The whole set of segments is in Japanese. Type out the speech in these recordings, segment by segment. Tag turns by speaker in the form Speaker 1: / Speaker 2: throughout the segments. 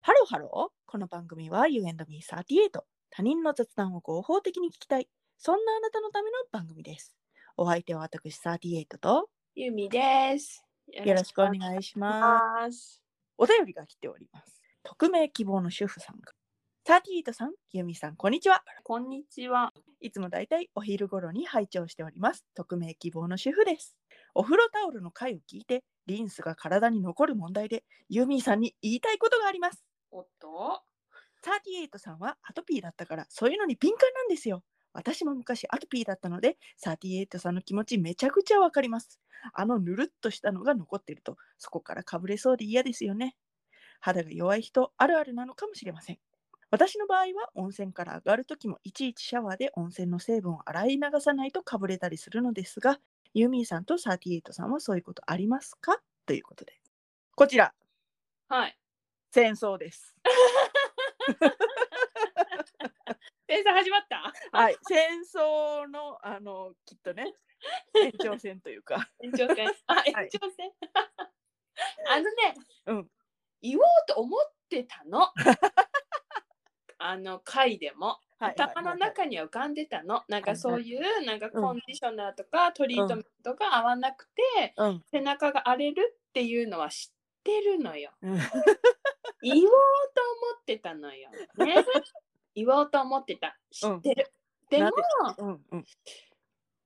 Speaker 1: ハローこの番組は You and me38 他人の雑談を合法的に聞きたいそんなあなたのための番組ですお相手は私38と
Speaker 2: ゆみです。
Speaker 1: よろしくお願いします
Speaker 2: す。
Speaker 1: お便りが来ております匿名希望の主婦さんが38さんゆみさんこんにちは
Speaker 2: こんにちは。
Speaker 1: いつもだいたいお昼頃に拝聴しております。匿名希望の主婦です。お風呂タオルの回を聞いて、リンスが体に残る問題で、ユーミンさんに言いたいことがあります。
Speaker 2: おっと。
Speaker 1: 38さんはアトピーだったから、そういうのに敏感なんですよ。私も昔アトピーだったので、38さんの気持ちめちゃくちゃわかります。あのぬるっとしたのが残ってると、そこからかぶれそうで嫌ですよね。肌が弱い人あるあるなのかもしれません。私の場合は温泉から上がるときもいちいちシャワーで温泉の成分を洗い流さないとかぶれたりするのですが、ユーミーさんと38さんはそういうことありますかということで。こちら、
Speaker 2: はい。
Speaker 1: 戦争です。
Speaker 2: 先生始まった。
Speaker 1: はい、戦争のあのきっと ね延長戦というか、
Speaker 2: 延長 戦。あ、延長戦。 あのね。
Speaker 1: うん。
Speaker 2: 言おうと思って たの。あの回でも。
Speaker 1: はいはいはいはい
Speaker 2: 頭の中には浮かんでたの、なんかそういうなんか
Speaker 1: うん
Speaker 2: コンディショナーとかトリートメントが合わなくて、
Speaker 1: うん、
Speaker 2: 背中が荒れるっていうのは知ってるのよ。
Speaker 1: うん
Speaker 2: 言おうと思ってたのよ。ね、 言おうと思ってた。知ってる。で
Speaker 1: な
Speaker 2: も
Speaker 1: ん、うんうん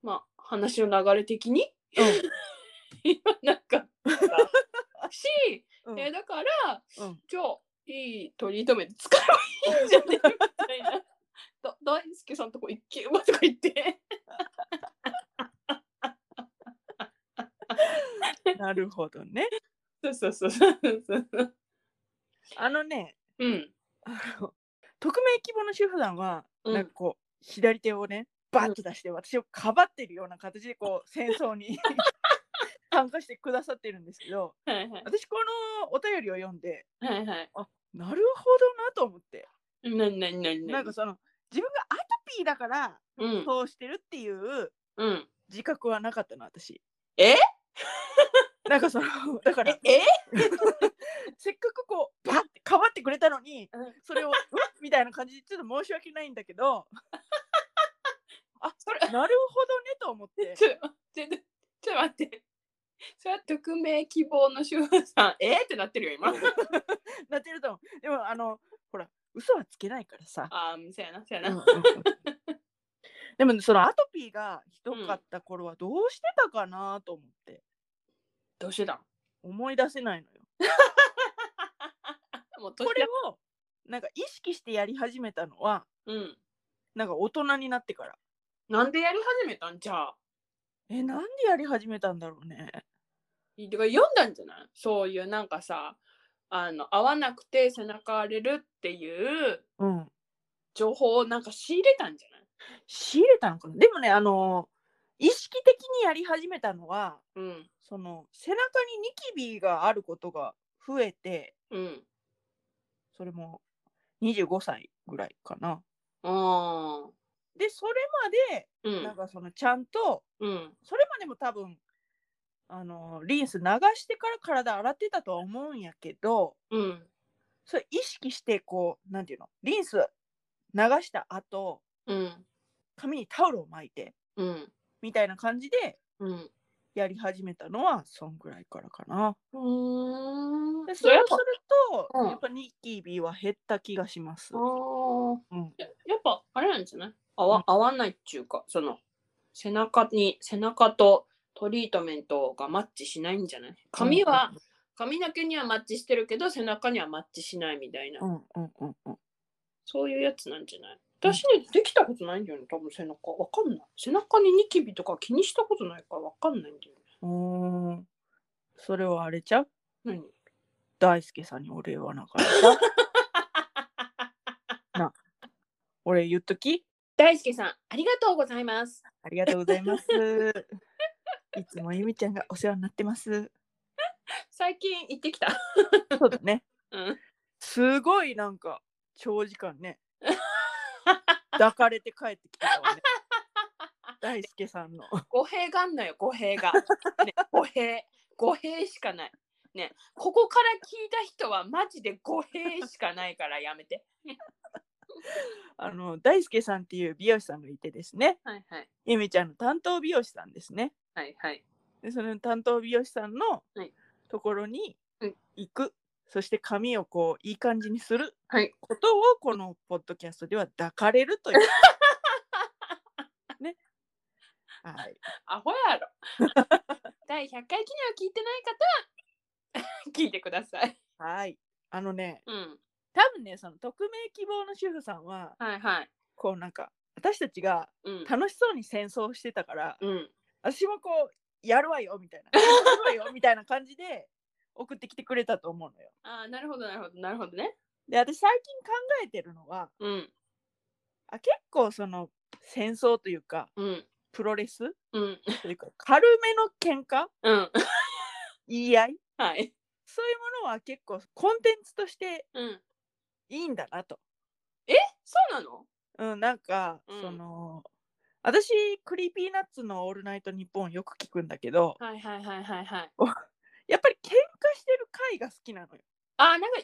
Speaker 2: まあ、話の流れ的に
Speaker 1: う
Speaker 2: 言わなかったし、
Speaker 1: ん
Speaker 2: えだから、
Speaker 1: うん
Speaker 2: じゃあいいトリートメント使えばいいんじゃねみたいな。 だ大輔さんとこ一級馬とか言って。
Speaker 1: なるほどね。
Speaker 2: そうそうそうそうそう。
Speaker 1: あのね、
Speaker 2: うん。
Speaker 1: あの匿名希望の主婦団は、
Speaker 2: うん
Speaker 1: なんかこう左手をねバッと出して私をかばってるような形でこう戦争 に参加してくださってるんですけど、
Speaker 2: はいはい。
Speaker 1: 私このお便りを読んで、
Speaker 2: はいはい。
Speaker 1: なるほどなと思って、
Speaker 2: なになになに
Speaker 1: なんかその自分がアトピーだから
Speaker 2: うん。
Speaker 1: そうしてるっていう
Speaker 2: うん。
Speaker 1: 自覚はなかったの私。
Speaker 2: え
Speaker 1: なんかそのだから
Speaker 2: ええ
Speaker 1: せっかくこうバッてかばってくれたのに
Speaker 2: うん
Speaker 1: それを「うっ」 みたいな感じでちょっと申し訳ないんだけ ど
Speaker 2: それ
Speaker 1: なるほどねと思って
Speaker 2: ちょっとちょっとちょっと待って。それは匿名希望の主婦さん、 えー、ってなってるよ、今。
Speaker 1: なってると思うでもあのほら嘘はつけないからさ、
Speaker 2: あー、そうやな、そうや
Speaker 1: うんうんう
Speaker 2: な。
Speaker 1: ん でもそのアトピーがひどかった頃はどうしてたかなと思って
Speaker 2: どうしてたん
Speaker 1: 思い出せないのよ
Speaker 2: もう年
Speaker 1: これ
Speaker 2: だ
Speaker 1: をなんか意識してやり始めたのは
Speaker 2: うん。
Speaker 1: なんか大人になってから
Speaker 2: なんでやり始めたんじゃあ。
Speaker 1: えなんでやり始めたんだろうね
Speaker 2: てか読んだんじゃないそういうなんかさ、あの、合わなくて背中荒れるっていう
Speaker 1: うん
Speaker 2: 情報をなんか仕入れたんじゃない
Speaker 1: 仕入れたのかなでもねあの意識的にやり始めたのは
Speaker 2: うん。
Speaker 1: その背中にニキビがあることが増えて
Speaker 2: うん。
Speaker 1: それも25歳ぐらいかな。
Speaker 2: あー
Speaker 1: でそれ
Speaker 2: う
Speaker 1: までなん
Speaker 2: ん。
Speaker 1: かそのちゃんと
Speaker 2: うん。
Speaker 1: それまでも多分あのリンス流してから体洗ってたとは思うんやけど
Speaker 2: うん。
Speaker 1: それ意識してこうなんていうのリンス流した後
Speaker 2: うん。
Speaker 1: 髪にタオルを巻いて
Speaker 2: うん。
Speaker 1: みたいな感じで
Speaker 2: うん。
Speaker 1: やり始めたのはそんぐらいからかな。
Speaker 2: うーん。
Speaker 1: でそ
Speaker 2: それ
Speaker 1: れ
Speaker 2: やっ
Speaker 1: をす
Speaker 2: ぱ
Speaker 1: ると、
Speaker 2: うん
Speaker 1: やっぱニキビは減った気がします。
Speaker 2: あー
Speaker 1: うん
Speaker 2: ややっぱあれなんじゃない合わ,、合わないっていうかその背中に背中とトリートメントがマッチしないんじゃない髪は、髪だけにはマッチしてるけど背中にはマッチしないみたいな、
Speaker 1: うんうんうんうん
Speaker 2: そういうやつなんじゃない私ねできたことないんだよね多分背中わかんない背中にニキビとか気にしたことないからわかんないんだよね
Speaker 1: うーん。それはあれちゃう
Speaker 2: 何
Speaker 1: 大輔さんにお礼はなか った。な、俺言っとき
Speaker 2: 大輔さんありがとうございます
Speaker 1: ありがとうございます。いつもゆみちゃんがお世話になって ます。
Speaker 2: 最近行ってきた
Speaker 1: そうだね。
Speaker 2: うん
Speaker 1: すごいなんか長時間 ね、抱かれて帰ってきてたわ ね。大輔さんの。
Speaker 2: 語弊があんのよ語弊が、ね、語弊語弊しかないねここから聞いた人はマジで語弊しかないからやめて。
Speaker 1: あの大輔さんっていう美容師さんがいてですね
Speaker 2: はいはい
Speaker 1: ゆみちゃんの担当美容師さんですね
Speaker 2: はいはい。
Speaker 1: でその担当美容師さんの
Speaker 2: はい
Speaker 1: ところに
Speaker 2: うん
Speaker 1: 行く、そして髪をこういい感じにする
Speaker 2: はい
Speaker 1: ことをこのポッドキャストでは抱かれるという。 ね。はい。
Speaker 2: アホやろ。 第100回記念を聞いてない方は 聞いてください。
Speaker 1: はい。あのね
Speaker 2: うん。
Speaker 1: 多分ねその匿名希望の主婦さんは
Speaker 2: はいはい。
Speaker 1: こうなんか私たちが
Speaker 2: うん。
Speaker 1: 楽しそうに戦争してたから、
Speaker 2: うん。
Speaker 1: 私もこうやるわよみたいなやるわよみたいな感じで送ってきてくれたと思うのよ。
Speaker 2: ああ、なるほどなるほどなるほどね。
Speaker 1: で私最近考えてるのは
Speaker 2: うん。
Speaker 1: あ結構その戦争というか
Speaker 2: うん。
Speaker 1: プロレス
Speaker 2: うん。
Speaker 1: という か軽めの喧嘩
Speaker 2: うん。
Speaker 1: 言い合い
Speaker 2: はい。
Speaker 1: そういうものは結構コンテンツとして
Speaker 2: うん。
Speaker 1: いいんだなと。
Speaker 2: そうなの
Speaker 1: うん、なんか、
Speaker 2: うん
Speaker 1: その私クリーピーナッツの「オールナイトニッポン」よく聞くんだけど
Speaker 2: はいはいはいはいはい。
Speaker 1: やっぱり喧嘩してる回が好きなのよ。
Speaker 2: ああ、なんか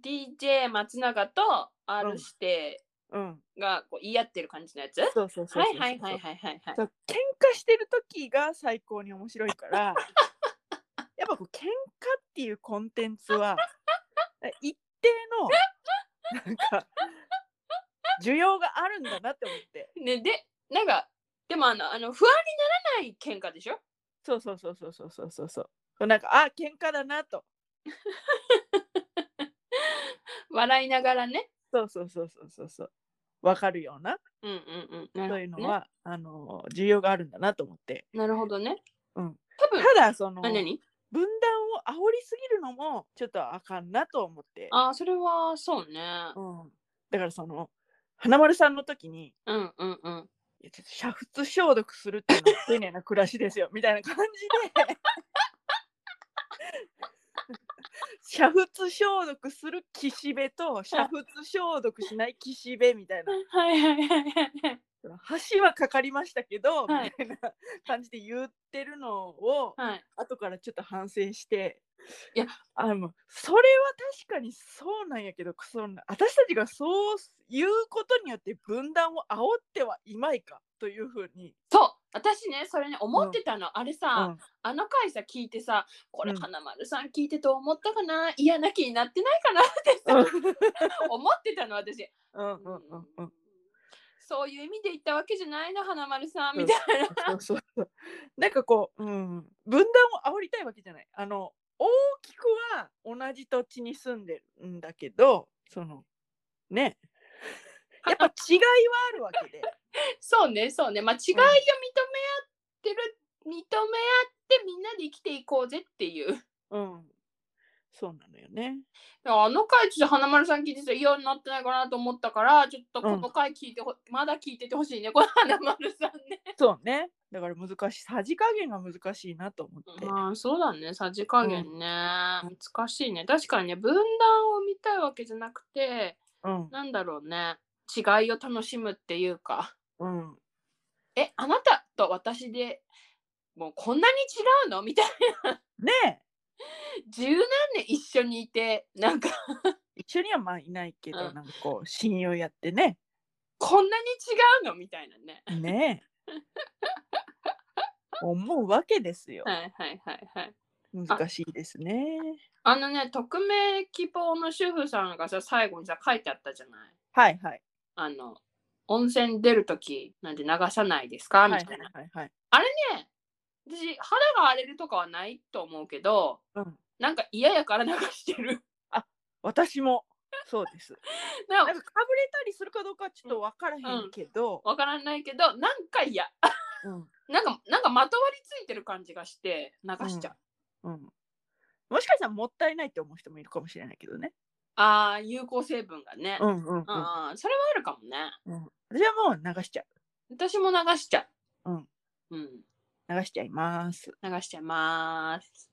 Speaker 2: DJ 松永と R 指定
Speaker 1: うん、
Speaker 2: がこう言い合ってる感じのやつ、
Speaker 1: そうそうそうそうそう
Speaker 2: はいはいはいはいはいはい。
Speaker 1: そう喧嘩してる時が最高に面白いから やっぱこう喧嘩っていうコンテンツは一定のなんか需要があるんだなって思って
Speaker 2: ね、で、なんか、でもあの、あの不安にならない喧嘩でしょ
Speaker 1: そうそうそうそうそうそうそうそうなんかあ喧嘩だなと
Speaker 2: 笑いながらね。
Speaker 1: そうそうそうそうそうそうわかるような
Speaker 2: うんうんうん。なるほどね
Speaker 1: そういうのは、あの需要があるんだなと思って
Speaker 2: なるほどね。
Speaker 1: うん。
Speaker 2: 多分、
Speaker 1: ただその
Speaker 2: あ、何
Speaker 1: 分断を煽りすぎるのもちょっとあかんなと思って、
Speaker 2: あー、それはそうね。
Speaker 1: うん、だからその花丸さんの時に
Speaker 2: うんうんうん。
Speaker 1: いやちょっと煮沸消毒するっていうのは丁寧な暮らしですよみたいな感 じで煮沸消毒する岸辺と煮沸消毒しない岸辺みたいな
Speaker 2: はいはいはいはいはい。
Speaker 1: 橋はかかりましたけど、
Speaker 2: はい
Speaker 1: みたいな感じで言ってるのを
Speaker 2: はい。
Speaker 1: 後からちょっと反省して
Speaker 2: いや
Speaker 1: あのそれは確かにそうなんやけどそんな私たちがそう言うことによって分断を煽ってはいまいかというふうに、
Speaker 2: そう私ねそれね思ってたの、あれさ、あの回さ聞いてさこれ
Speaker 1: うん
Speaker 2: 花丸さん聞いてと思ったかな嫌な気になってないかな って
Speaker 1: うん
Speaker 2: さ、思ってたの私
Speaker 1: うんうんうんうん
Speaker 2: そういう意味で言ったわけじゃないの花丸さん
Speaker 1: うん
Speaker 2: みたいな、
Speaker 1: そうそうそうなんかこう、うん、分断を煽りたいわけじゃないあの大きくは同じ土地に住んでるんだけどそのねやっぱ違いはあるわけで。
Speaker 2: そうねそうねまあ違いを認め合ってる、認め合ってみんなで生きていこうぜっていう
Speaker 1: うん、そうなのよね。
Speaker 2: あの回ちょっと花丸さん聞いてて嫌になってないかなと思ったからちょっとこの回聞いてほ、まだ聞いててほしいねこの花丸さんね
Speaker 1: そうね。だから難しい。さじ加減が難しいなと思って。
Speaker 2: まあそうだねさじ加減ね、難しいね確かにね分断を見たいわけじゃなくて
Speaker 1: うん。
Speaker 2: なんだろうね違いを楽しむっていうか
Speaker 1: うん。
Speaker 2: えあなたと私でもうこんなに違うのみたいな
Speaker 1: ねえ。
Speaker 2: 十何年一緒にいてなんか
Speaker 1: 一緒にはまあいないけど、
Speaker 2: うん
Speaker 1: なんかこう、親友やってね。
Speaker 2: こんなに違うのみたいなね
Speaker 1: ねえ。思うわけですよ。
Speaker 2: はいはいはいはい
Speaker 1: 難しいですね。
Speaker 2: あのね、匿名希望の主婦さんがさ、最後にさ、書いてあったじゃない。
Speaker 1: はいはい。
Speaker 2: あの、温泉出るときなんて流さないですか
Speaker 1: はい
Speaker 2: み
Speaker 1: は
Speaker 2: た
Speaker 1: い
Speaker 2: いな。
Speaker 1: はいはい。
Speaker 2: ね、私、肌が荒れるとかはないと思うけど、
Speaker 1: うん
Speaker 2: なんか嫌やから流してる。
Speaker 1: 私も。そうです。
Speaker 2: な
Speaker 1: なんん
Speaker 2: か
Speaker 1: かかぶれたりするかどうかはちょっとわからへんけど、
Speaker 2: わからないけど、なんか嫌。
Speaker 1: うん、
Speaker 2: なんか、なんかまとわりついてる感じがして、流しちゃ
Speaker 1: う
Speaker 2: う。
Speaker 1: ん。もしかしたらもったいないって思う人もいるかもしれないけどね。
Speaker 2: ああ、有効成分がね。
Speaker 1: うんうんうん。
Speaker 2: ああ、それはあるかもね。
Speaker 1: うん、私はもう流しちゃ
Speaker 2: 私も流しちゃう。
Speaker 1: うん。
Speaker 2: うん。
Speaker 1: う流しちゃいます
Speaker 2: 流しちゃいまーす。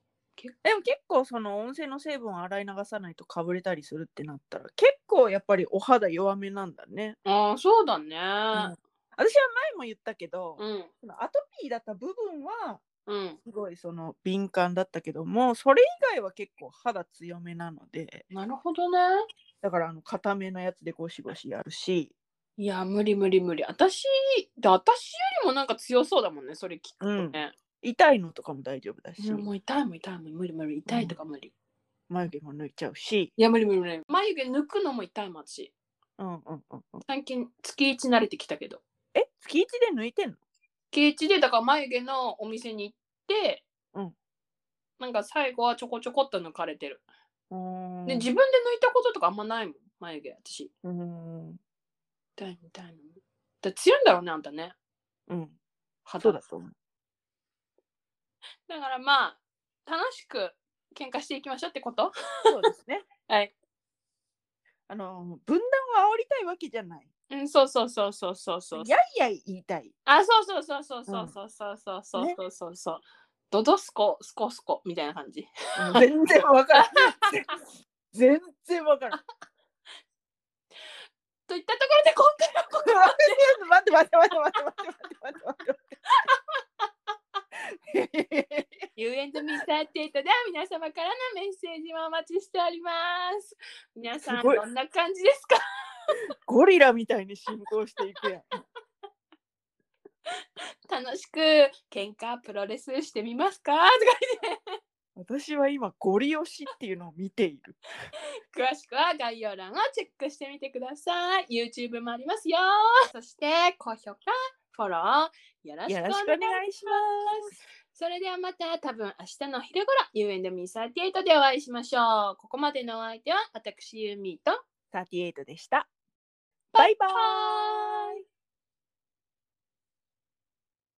Speaker 1: でも結構その温泉の成分を洗い流さないとかぶれたりするってなったら結構やっぱりお肌弱めなんだね
Speaker 2: ああ、そうだね。
Speaker 1: 私は前も言ったけど、
Speaker 2: うん、
Speaker 1: そのアトピーだった部分は
Speaker 2: うん。
Speaker 1: すごいその敏感だったけどもそれ以外は結構肌強めなので
Speaker 2: なるほどね。
Speaker 1: だからあの固めのやつでゴシゴシやるし
Speaker 2: いや、無理無理無理。私、だ私よりもなんか強そうだもんね、それ聞くとね。
Speaker 1: 痛いのとかも大丈夫だし、
Speaker 2: いやもう痛いもん痛いもん無理無理。痛いとか無理。
Speaker 1: 眉毛も抜いちゃうし、
Speaker 2: いや、無理無理無理。眉毛抜くのも痛いもん、私。
Speaker 1: うんうんうんうん、
Speaker 2: 最近、月一慣れてきたけど。
Speaker 1: え月一で抜いてんの
Speaker 2: 月一で、だから眉毛のお店に行って、
Speaker 1: うん
Speaker 2: なんか最後はちょこちょこっと抜かれてる。
Speaker 1: うー
Speaker 2: で、
Speaker 1: ん
Speaker 2: 自分で抜いたこととかあんまないもん、眉毛、私。
Speaker 1: うーん
Speaker 2: 痛い痛いのに。だから強いんだろうね、あんたね。
Speaker 1: うん
Speaker 2: 肌
Speaker 1: そうだと思う
Speaker 2: だからまあ、楽しく喧嘩していきましょうってこと
Speaker 1: そうですね
Speaker 2: はい
Speaker 1: あの分断を煽りたいわけじゃない
Speaker 2: うん、そうそうそうそうそうそう。
Speaker 1: やいやい言いたい
Speaker 2: あ、そうそうそうそうそうそうそうそうそうそうそうそう。ドドスコ、スコスコみたいな感じ。
Speaker 1: 全然わ からん全然わからん
Speaker 2: といったところで今回はここま
Speaker 1: 待って待って待って待って待って待って待って待って待って
Speaker 2: You and me 38では皆様からのメッセージもお待ちしております。皆さん
Speaker 1: すごい
Speaker 2: どんな感じですか
Speaker 1: ゴリラみたいに進行していくやん
Speaker 2: 楽しく喧嘩プロレスしてみますかとか
Speaker 1: 私は今ゴリ押しっていうのを見ている
Speaker 2: 詳しくは概要欄をチェックしてみてください。YouTube もありますよ。そして高評価、フォローよろしくお
Speaker 1: よ
Speaker 2: 願
Speaker 1: ろ
Speaker 2: い
Speaker 1: しくお
Speaker 2: します
Speaker 1: 願いします
Speaker 2: それではまた多分明日の昼ごろ You and me38 でお会いしましょう。ここまでのお相手は私ユーミーと
Speaker 1: 38でした。バイバ
Speaker 2: バイ
Speaker 1: イ